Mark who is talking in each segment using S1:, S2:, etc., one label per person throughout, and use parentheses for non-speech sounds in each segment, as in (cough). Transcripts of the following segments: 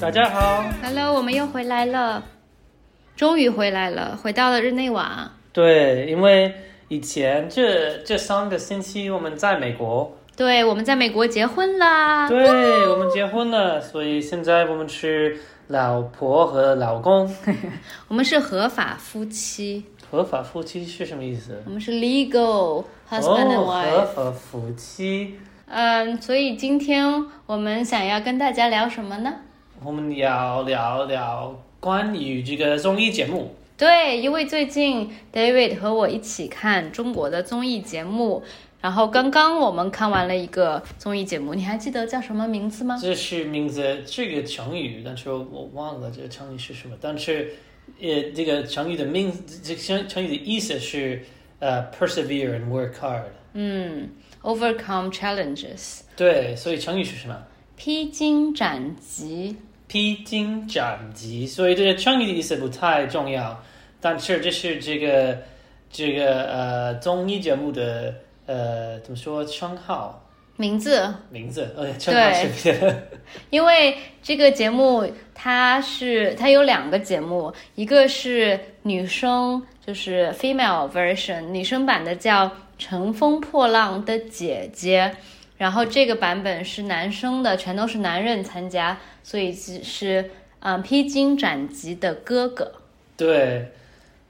S1: 大家好，
S2: Hello，我们又回来了，终于回来了，回到了日内瓦。
S1: 对，因为以前这这三个星期我们在美国，
S2: 对，我们在美国结婚啦。
S1: 对我们结婚了，所以现在我们是老婆和老公，
S2: (laughs) 我们是合法夫妻，
S1: 合法夫妻是什么意思？
S2: 我们是 legal husband and
S1: 哦，合
S2: wife。
S1: 法夫妻，
S2: 嗯，所以今天我们想要跟大家聊什么呢？
S1: 我们要聊聊关于这个综艺节目。
S2: 对，因为最近 David 和我一起看中国的综艺节目，然后刚刚我们看完了一个综艺节目，你还记得叫什么名字吗？
S1: 这是名字，这个成语，但是我忘了这个成语是什么。但是，呃，这个成语的名，这成成语的意思是，呃，persevere and work hard。
S2: 嗯，Overcome Challenges，
S1: 对，所以成语是什么？
S2: 披荆斩棘。
S1: 披荆斩棘。所以这个成语的意思不太重要，但是这是这个这个呃综艺节目的呃怎么说称号
S2: 名字，
S1: 名字？呃，称号是别的。
S2: 因为这个节目它是它有两个节目，一个是女生，就是 female version 女生版的叫《乘风破浪的姐姐》，然后这个版本是男生的，全都是男人参加，所以是是嗯披荆斩棘的哥哥。
S1: 对，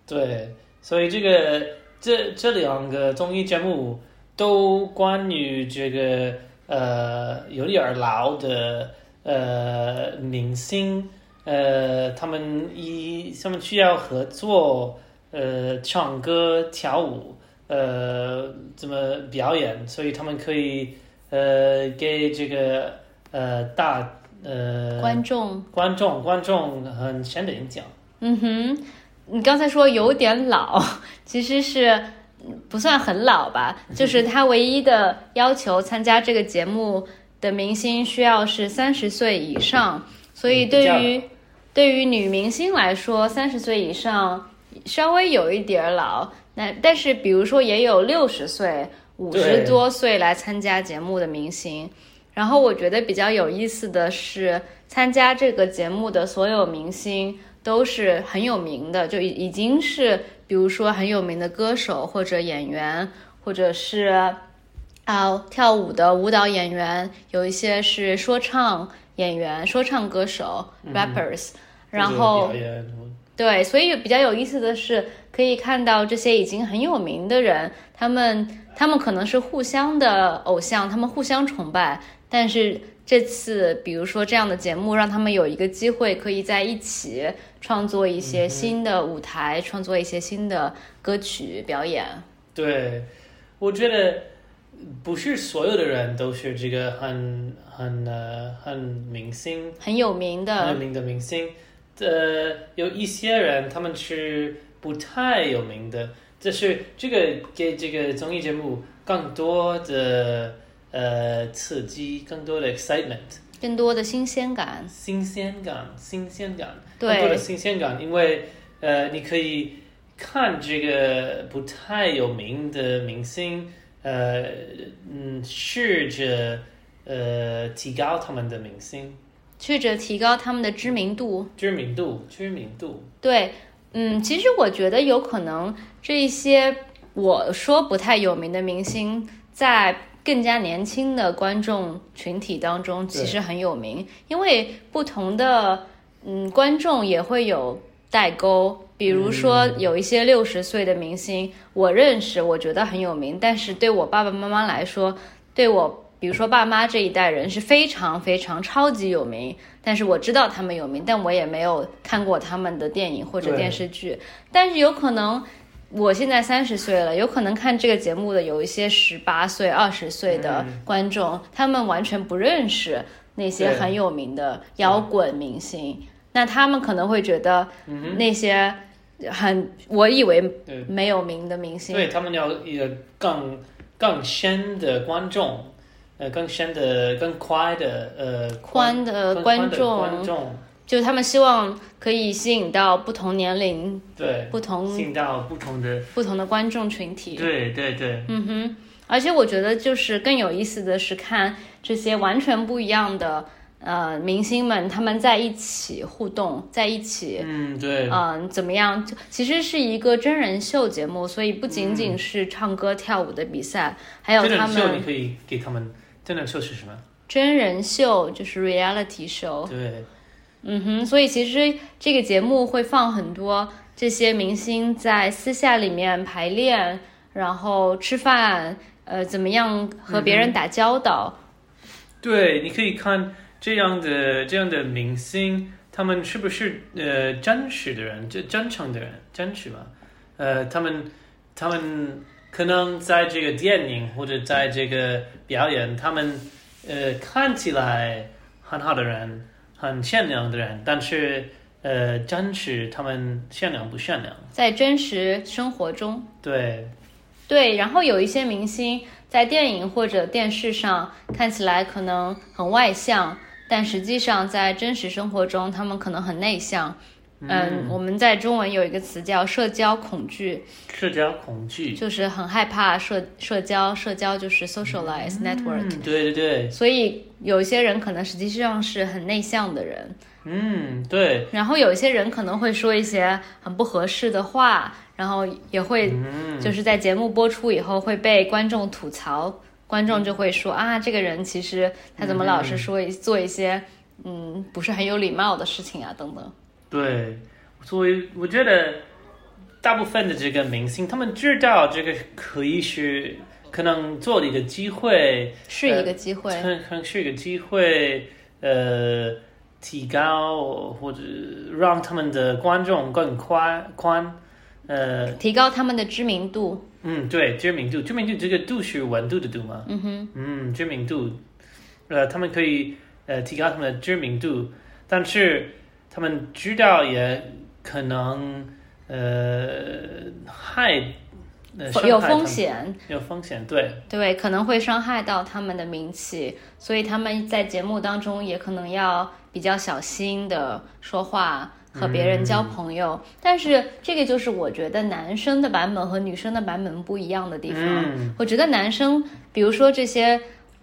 S1: 对，所以这个这这两个综艺节目都关于这个呃有点儿老的呃明星，呃他们一他们需要合作，呃唱歌跳舞，呃怎么表演，所以他们可以呃给这个呃大呃
S2: 观众，
S1: 观众观众很深的影响。
S2: 嗯哼，你刚才说有点老， (laughs) 其实是嗯不算很老吧？就是他唯一的要求，参加这个节目的明星需要是三十岁以上，所以
S1: 嗯
S2: 对
S1: 这样
S2: 于对于女明星来说，三十岁以上稍微有一点儿老。那但是比如说也有六十岁、五
S1: 对
S2: 十多岁来参加节目的明星。然后我觉得比较有意思的是，参加这个节目的所有明星都是很有名的，就已已经是比如说很有名的歌手或者演员，或者是啊跳舞的舞蹈演员，有一些是说唱演员、说唱歌手、rappers，然后
S1: 这个表演
S2: 对，所以比较有意思的是，可以看到这些已经很有名的人，他们他们可能是互相的偶像，他们互相崇拜，但是这次比如说这样的节目，让他们有一个机会可以在一起创作一些新的舞台，创作一些新的歌曲表演。
S1: 对，我觉得不是所有的人都是这个很很呃很明星
S2: 很有名
S1: 很有
S2: 的，
S1: 名的明星，呃，有一些人他们是不太有名的，就是这个给这个综艺节目更多的呃刺激，更多的 excitement。
S2: 更多的新鲜感。
S1: 新鲜感，新鲜感，
S2: 对
S1: 更多的新鲜感，因为呃，你可以看这个不太有名的明星，呃，嗯，试着呃提高他们的明星
S2: 试着提高他们的知名度，
S1: 知名度，知名度，
S2: 对，嗯，其实我觉得有可能这一些我说不太有名的明星，在更加年轻的观众群体当中，
S1: 对
S2: 其实很有名，因为不同的嗯观众也会有代沟。比如说，有一些六十岁的明星，我认识，我觉得很有名，但是对我爸爸妈妈来说，对我，比如说爸妈这一代人是非常非常超级有名，但是我知道他们有名，但我也没有看过他们的电影或者
S1: 对
S2: 电视剧。但是有可能我现在三十岁了，有可能看这个节目的有一些十八岁、二十岁的观众，他们完全不认识那些
S1: 嗯对
S2: 很有名的摇滚明星，那他们可能会觉得那些很我以为
S1: 嗯对
S2: 没有名的明星
S1: 对他们要一个更更深的观众，呃，更深的、更宽的，呃，
S2: 宽的
S1: 更
S2: 观
S1: 的
S2: 众
S1: 观众，
S2: 就他们希望可以吸引到不同年龄、
S1: 对，
S2: 不同
S1: 吸引到不同的，
S2: 不同的观众群体。
S1: 对对对。
S2: 嗯哼，而且我觉得就是更有意思的是看这些完全不一样的呃明星们他们在一起互动，在一起
S1: 嗯，对，
S2: 嗯，怎么样？就其实是一个真人秀节目，所以不仅仅是唱歌跳舞的比赛，还有
S1: 嗯真
S2: 他
S1: 人秀
S2: 们
S1: 你可以给他们，真人秀是什么？
S2: 真人秀，就是 reality show。
S1: 对，
S2: 嗯哼，所以其实这个节目会放很多这些明星在私下里面排练，然后吃饭，呃，怎么样和别人打交道。
S1: 对，你可以看这样的这样的明星，他们是不是呃真实的人，就真诚的人，真实嘛？呃，他们他们可能在这个电影或者在这个表演，他们呃看起来很好的人，很善良的人，但是呃，真实他们善良不善良？
S2: 在真实生活中，
S1: 对，
S2: 对，然后有一些明星在电影或者电视上看起来可能很外向，但实际上在真实生活中，他们可能很内向。嗯，我们在中文有一个词叫社交恐惧，
S1: 社交恐惧。
S2: 就是很害怕社社交，社交就是 socialize network。
S1: 嗯，对对对，
S2: 所以有一些人可能实际上是很内向的人，
S1: 嗯对，
S2: 然后有一些人可能会说一些很不合适的话，然后也会
S1: 嗯
S2: 就是在节目播出以后会被观众吐槽，观众就会说啊，这个人其实他怎么老是说一做一些嗯不是很有礼貌的事情啊等等。
S1: 对，所以我觉得大部分的这个明星，他们知道这个可以是可能做的一个机会，
S2: 是一个机会，
S1: 可可能是一个机会，呃，提高或者让他们的观众更宽宽，呃，
S2: 提高他们的知名度。
S1: 嗯，对，知名度，知名度这个度是温度的度吗？嗯哼，嗯，知名度，呃，他们可以呃提高他们的知名度，但是他们知道也可能呃害呃伤害
S2: 有
S1: 他们
S2: 风，险，
S1: 有风险，对，
S2: 对，可能会伤害到他们的名气，所以他们在节目当中也可能要比较小心的说话，和别人交朋友。但是这个就是我觉得男生的版本和女生的版本不一样的地方。
S1: 嗯
S2: 我觉得男生，比如说这些。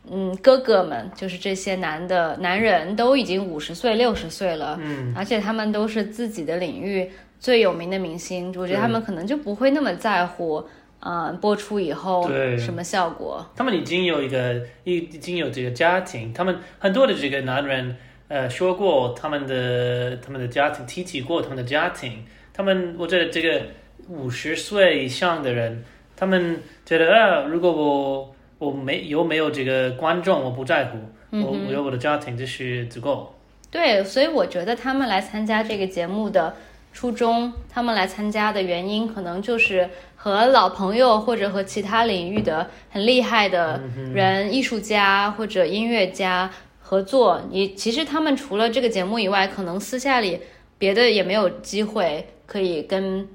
S2: 嗯，哥哥们就是这些男的男人都已经五十岁、六十岁了，
S1: 嗯，
S2: 而且他们都是自己的领域最有名的明星，我觉得他们可能就不会那么在乎，嗯、播出以后
S1: 对
S2: 什么效果。
S1: 他们已经有一个已已经有这个家庭，他们很多的这个男人呃说过他们的他们的家庭，提起过他们的家庭，他们我觉得这个五十岁以上的人，他们觉得啊，如果我我没有没有这个观众，我不在乎，我我有我的家庭，这是足够。
S2: 对，所以我觉得他们来参加这个节目的初衷，他们来参加的原因，可能就是和老朋友或者和其他领域的很厉害的
S1: 嗯
S2: 人、艺术家或者音乐家合作。你其实他们除了这个节目以外，可能私下里别的也没有机会可以跟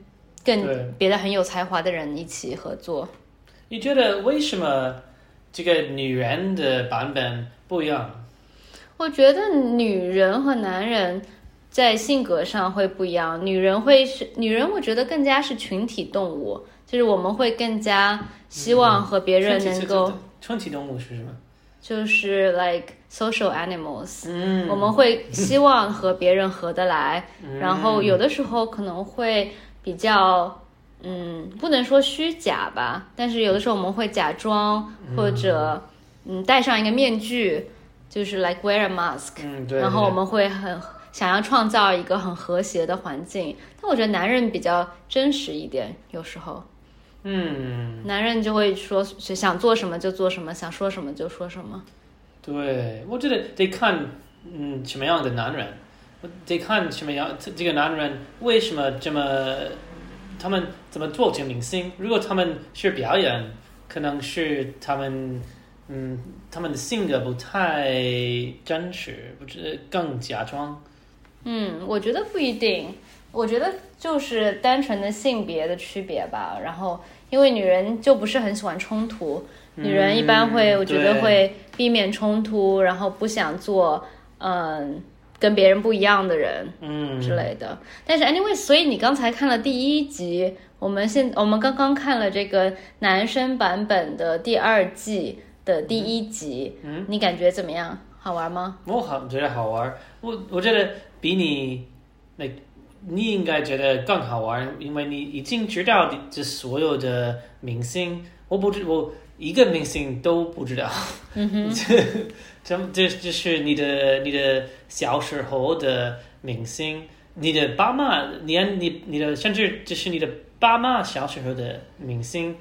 S1: 对
S2: 更别的很有才华的人一起合作。
S1: 你觉得为什么这个女人的版本不一样？
S2: 我觉得女人和男人在性格上会不一样，女人会是女人，我觉得更加是群体动物，就是我们会更加希望和别人能够，
S1: 春体动物是什么？
S2: 就是 like social animals，、
S1: 嗯，
S2: 我们会希望和别人合得来，
S1: 嗯
S2: 然后有的时候可能会比较。嗯，不能说虚假吧，但是有的时候我们会假装或者嗯戴上一个面具，就是 like wear a mask，
S1: 嗯，对。
S2: 然后我
S1: 对
S2: 们会很想要创造一个很和谐的环境。但我觉得男人比较真实一点，有时候
S1: 嗯。
S2: 男人就会说是想做什么就做什么，想说什么就说什么。
S1: 对，我觉得得看嗯什么样的男人，得看什么样这这个男人为什么这么，他们怎么做成明星？如果他们是表演，可能是他们嗯他们的性格不太真实，不是更假装。
S2: 嗯，我觉得不一定，我觉得就是单纯的性别的区别吧。然后，因为女人就不是很喜欢冲突，女人一般会，
S1: 嗯
S2: 我觉得
S1: 对
S2: 会避免冲突，然后不想做嗯跟别人不一样的人。
S1: 嗯，
S2: 之类的。但是 anyway，所以你刚才看了第一集，我们现我们刚刚看了这个男生版本的第二季的第一集，嗯，你感觉怎么样？好玩吗？
S1: 我好觉得好玩儿，我我觉得比你那，你应该觉得更好玩儿，因为你已经知道的这所有的明星，我不知我一个明星都不知道，
S2: 嗯哼，
S1: 这 (laughs) 这这这是你的你的小时候的明星，你的爸妈，你你你的甚至这是你的爸妈小时候的明星，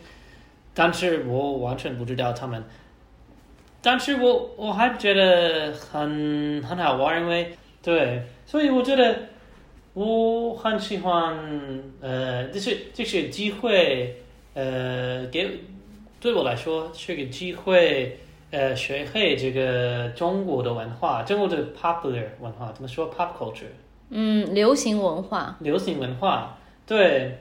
S1: 但是我完全不知道他们。但是我我还觉得很很好玩，因为对，所以我觉得我很喜欢，呃，这是这是机会，呃，给对我来说是个机会，呃，学会这个中国的文化，中国的 popular 文化怎么说 pop culture
S2: 嗯，流行文化，
S1: 流行文化，对，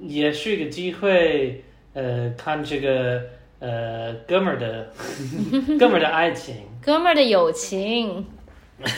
S1: 也是一个机会，呃，看这个呃哥们儿的 (laughs) 哥们儿的爱情。
S2: 哥们儿的友情，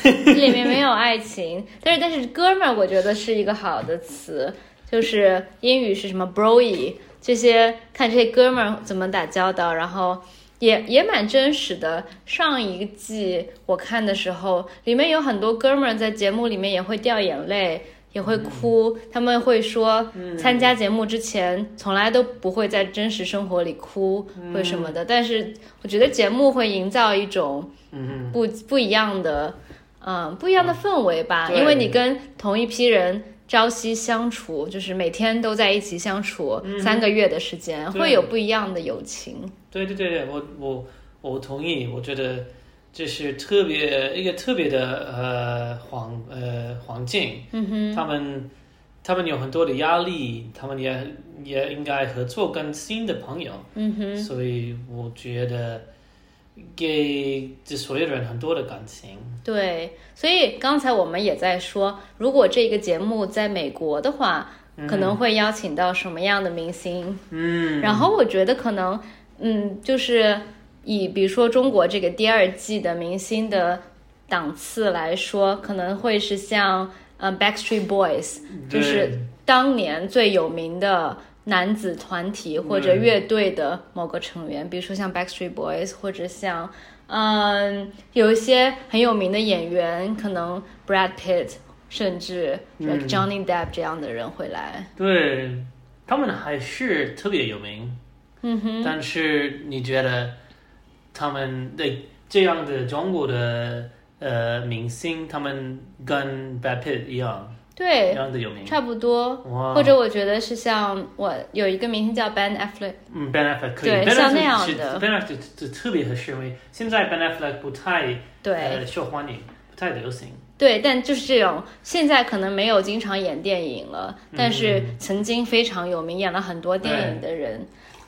S2: 这里面没有爱情，但是但是哥们儿我觉得是一个好的词，就是英语是什么 broy 这些，看这些哥们儿怎么打交道，然后。也也蛮真实的。上一季我看的时候，里面有很多哥们儿在节目里面也会掉眼泪，也会哭。他们会说，参加节目之前从来都不会在真实生活里哭，或者什么的。但是我觉得节目会营造一种
S1: 嗯
S2: 不不一样的，嗯，不一样的氛围吧。
S1: 嗯对
S2: 因为你跟同一批人朝夕相处，就是每天都在一起相处、三个月的时间，
S1: 嗯对
S2: 会有不一样的友情。
S1: 对对对对，我我我同意，我觉得这是特别一个特别的呃环呃环境，
S2: 嗯哼，
S1: 他们他们有很多的压力，他们也也应该合作跟新的朋友，
S2: 嗯哼，
S1: 所以我觉得给这所有人很多的感情，
S2: 对。所以刚才我们也在说，如果这个节目在美国的话，可能会邀请到什么样的明星？
S1: 嗯，
S2: 然后我觉得可能，嗯，就是以比如说中国这个第二季的明星的档次来说，可能会是像呃 Backstreet Boys，就
S1: 对
S2: 是当年最有名的男子团体或者乐队的某个成员，比如说像 Backstreet Boys 或者像。嗯，有一些很有名的演员，可能 Brad Pitt，甚至
S1: 嗯
S2: Johnny Depp 这样的人会来。
S1: 对他们还是特别有名，
S2: 嗯哼，
S1: 但是你觉得他们对这样的中国的呃明星，他们跟 Brad Pitt 一样，一
S2: 对，
S1: 样的有名？
S2: 差不多。
S1: 嗯哇，
S2: 或者我觉得是像我有一个明星叫 Ben Affleck，
S1: 嗯，Ben Affleck 可以
S2: 对
S1: Ben
S2: 像
S1: Affleck
S2: 那样
S1: 是
S2: 的
S1: ，Ben Affleck 就就特别合适，因为现在 Ben Affleck 不太
S2: 对、
S1: 呃受欢迎，不太流行。
S2: 对，但就是这种现在可能没有经常演电影了，但
S1: 嗯
S2: 是曾经非常有名，演了很多电影的人。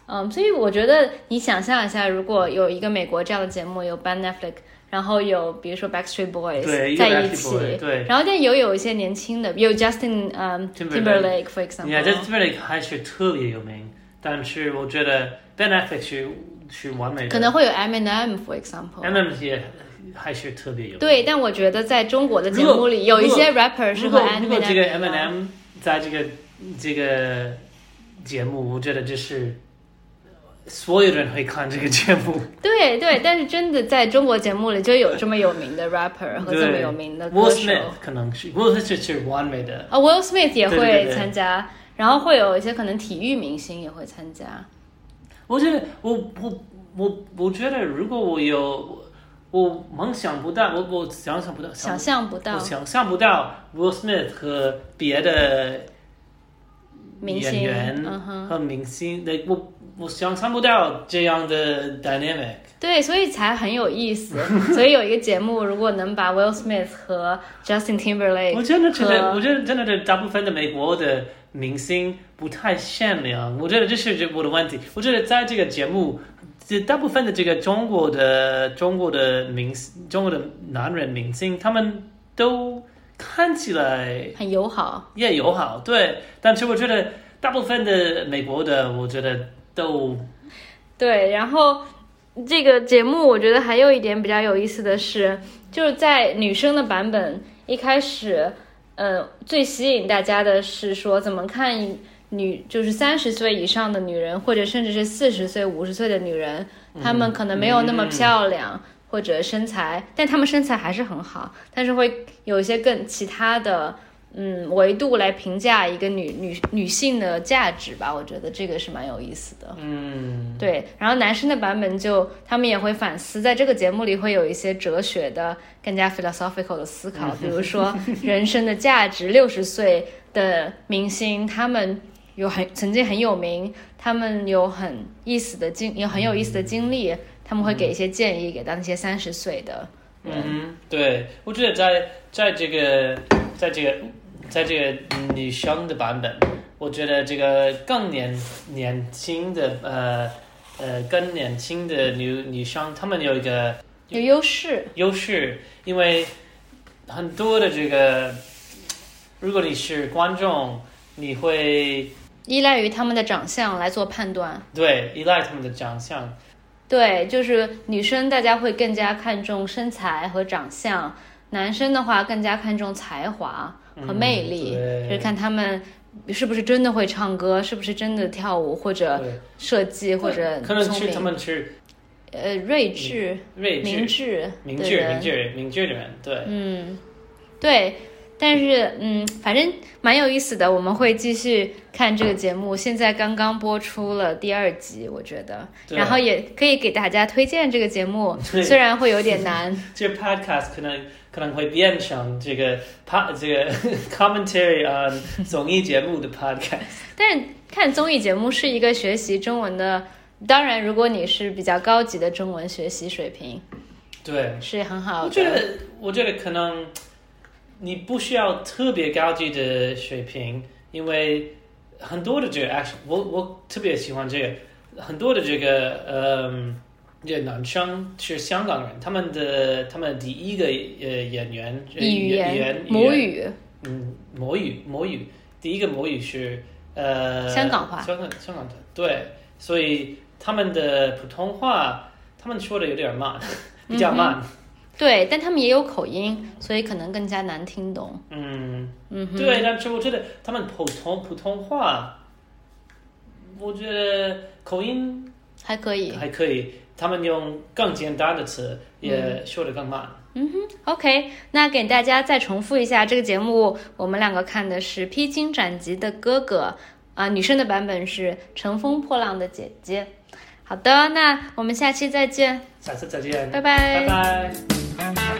S2: 嗯，所以我觉得你想象一下，如果有一个美国这样的节目，有 Ben Affleck，然后有比如说 Backstreet
S1: 对，
S2: Boys
S1: 一个
S2: 在一
S1: Backstreet
S2: 起
S1: Boy，对，
S2: 然后但有有一些年轻的，有 Justin 嗯 Timberlake
S1: Timberlake
S2: for example，、
S1: 你看 Justin Timberlake 还是特别有名，但是我觉得 Ben Affleck 是是完美的，
S2: 可能会有 Eminem for example。
S1: M M 也还是特别有名。
S2: 对，但我觉得在中国的节
S1: 如
S2: 目
S1: 果
S2: 里，有一
S1: 如果
S2: 些 rapper 是
S1: 如
S2: 和
S1: 果如果
S2: Eminem
S1: 这个
S2: 一样
S1: M M 在这个这个节目，我觉得就是所有人会看这个节目。
S2: 对对，但是真的在中国节目里就有这么有名的 rapper (laughs) 和这么有名的
S1: Will
S2: 歌手
S1: Smith 可能是 Will Smith 是完美的，
S2: 啊，Will Smith 也
S1: 对对
S2: 会
S1: 对
S2: 参加，然后会有一些可能体育明星也会参加。
S1: 我觉得我我我我觉得如果我有我梦想不到，我我想象不到，
S2: 想象不到
S1: 我想象不到 Will Smith 和别的
S2: 明
S1: 演
S2: 星，
S1: 员
S2: 嗯哼，
S1: 和明星，那、我我想象不到这样的 dynamic。
S2: 对，所以才很有意思。所以有一个节目，如果能把 Will Smith 和 Justin
S1: 我
S2: Timberlake，
S1: 真的觉得，
S2: 和
S1: 我觉得真的是大部分的美国的明星不太善良，我觉得这是我的问题。我觉得在这个节目，这大部分的这个中国的中国的明星中国的男人明星，他们都看起来
S2: 很友好，
S1: 也友好，对，但是我觉得大部分的美国的，我觉得都
S2: 对，然后这个节目我觉得还有一点比较有意思的是，就是在女生的版本一开始，呃，最吸引大家的是说怎么看一女，就是三十岁以上的女人，或者甚至是四十岁、五十岁的女人，她们可能没有那么漂亮，或者身材，但他们身材还是很好，但是会有一些更其他的嗯维度来评价一个女女女性的价值吧。我觉得这个是蛮有意思的。
S1: 嗯，
S2: 对，然后男生的版本就他们也会反思，在这个节目里会有一些哲学的、更加 philosophical 的思考，比如说人生的价值。六十岁的明星，他们有很曾经很有名，他们有很意思的经，有很有意思的经历，他们会给一些建议给到那些三十岁的。
S1: 嗯哼，对，我觉得在在这个在这个在这个女生的版本，我觉得这个更年年轻的呃呃更年轻的女女生，她们有一个
S2: 有优势，
S1: 优势，因为很多的这个，如果你是观众，你会
S2: 依赖于他们的长相来做判断。
S1: 对依赖他们的长相，
S2: 对，就是女生大家会更加看重身材和长相，男生的话更加看重才华和魅力，
S1: 嗯对
S2: 就是看他们是不是真的会唱歌，是不是真的跳舞或者
S1: 对，
S2: 设计或者
S1: 可能
S2: 聪
S1: 是他
S2: 明，
S1: 们是
S2: 呃，睿智、
S1: 睿
S2: 明
S1: 智、
S2: 智
S1: 明
S2: 的
S1: 智、明
S2: 人，
S1: 智、明智的人，对，
S2: 嗯，对。但是，嗯，反正蛮有意思的，我们会继续看这个节目。现在刚刚播出了第二集，我觉得，
S1: 对
S2: 然后也可以给大家推荐这个节目，
S1: 对
S2: 虽然会有点难，
S1: 这 podcast 可能可能会变成这个 pod 这个 (laughs) commentary on 综艺节目的 podcast，
S2: 但看综艺节目是一个学习中文的，当然，如果你是比较高级的中文学习水平，
S1: 对。
S2: 是很好的。
S1: 我觉得，我觉得可能你不需要特别高级的水平，因为很多的这个 action，我我特别喜欢这个，很多的这个嗯，这个男生是香港人，他们的他们的第一个呃演员呃
S2: 语
S1: 演
S2: 言
S1: 员
S2: 母语
S1: 嗯母语母语，第一个母语是呃
S2: 香港话
S1: 香港香港的对，所以他们的普通话他们说的有
S2: (laughs)
S1: 点慢，比较慢，
S2: 对，但他们也有口音，所以可能更加难听懂。
S1: 嗯
S2: 嗯哼，
S1: 对，但是我觉得他们普通普通话，我觉得口音
S2: 还可以。
S1: 还可以，他们用更简单的词
S2: 嗯
S1: 也说的更慢。
S2: OK，那给大家再重复一下这个节目，我们两个看的是《披荆斩棘的哥哥》啊、女生的版本是《乘风破浪的姐姐》。好的，那我们下期再见，
S1: 下次再见，
S2: 拜
S1: 拜拜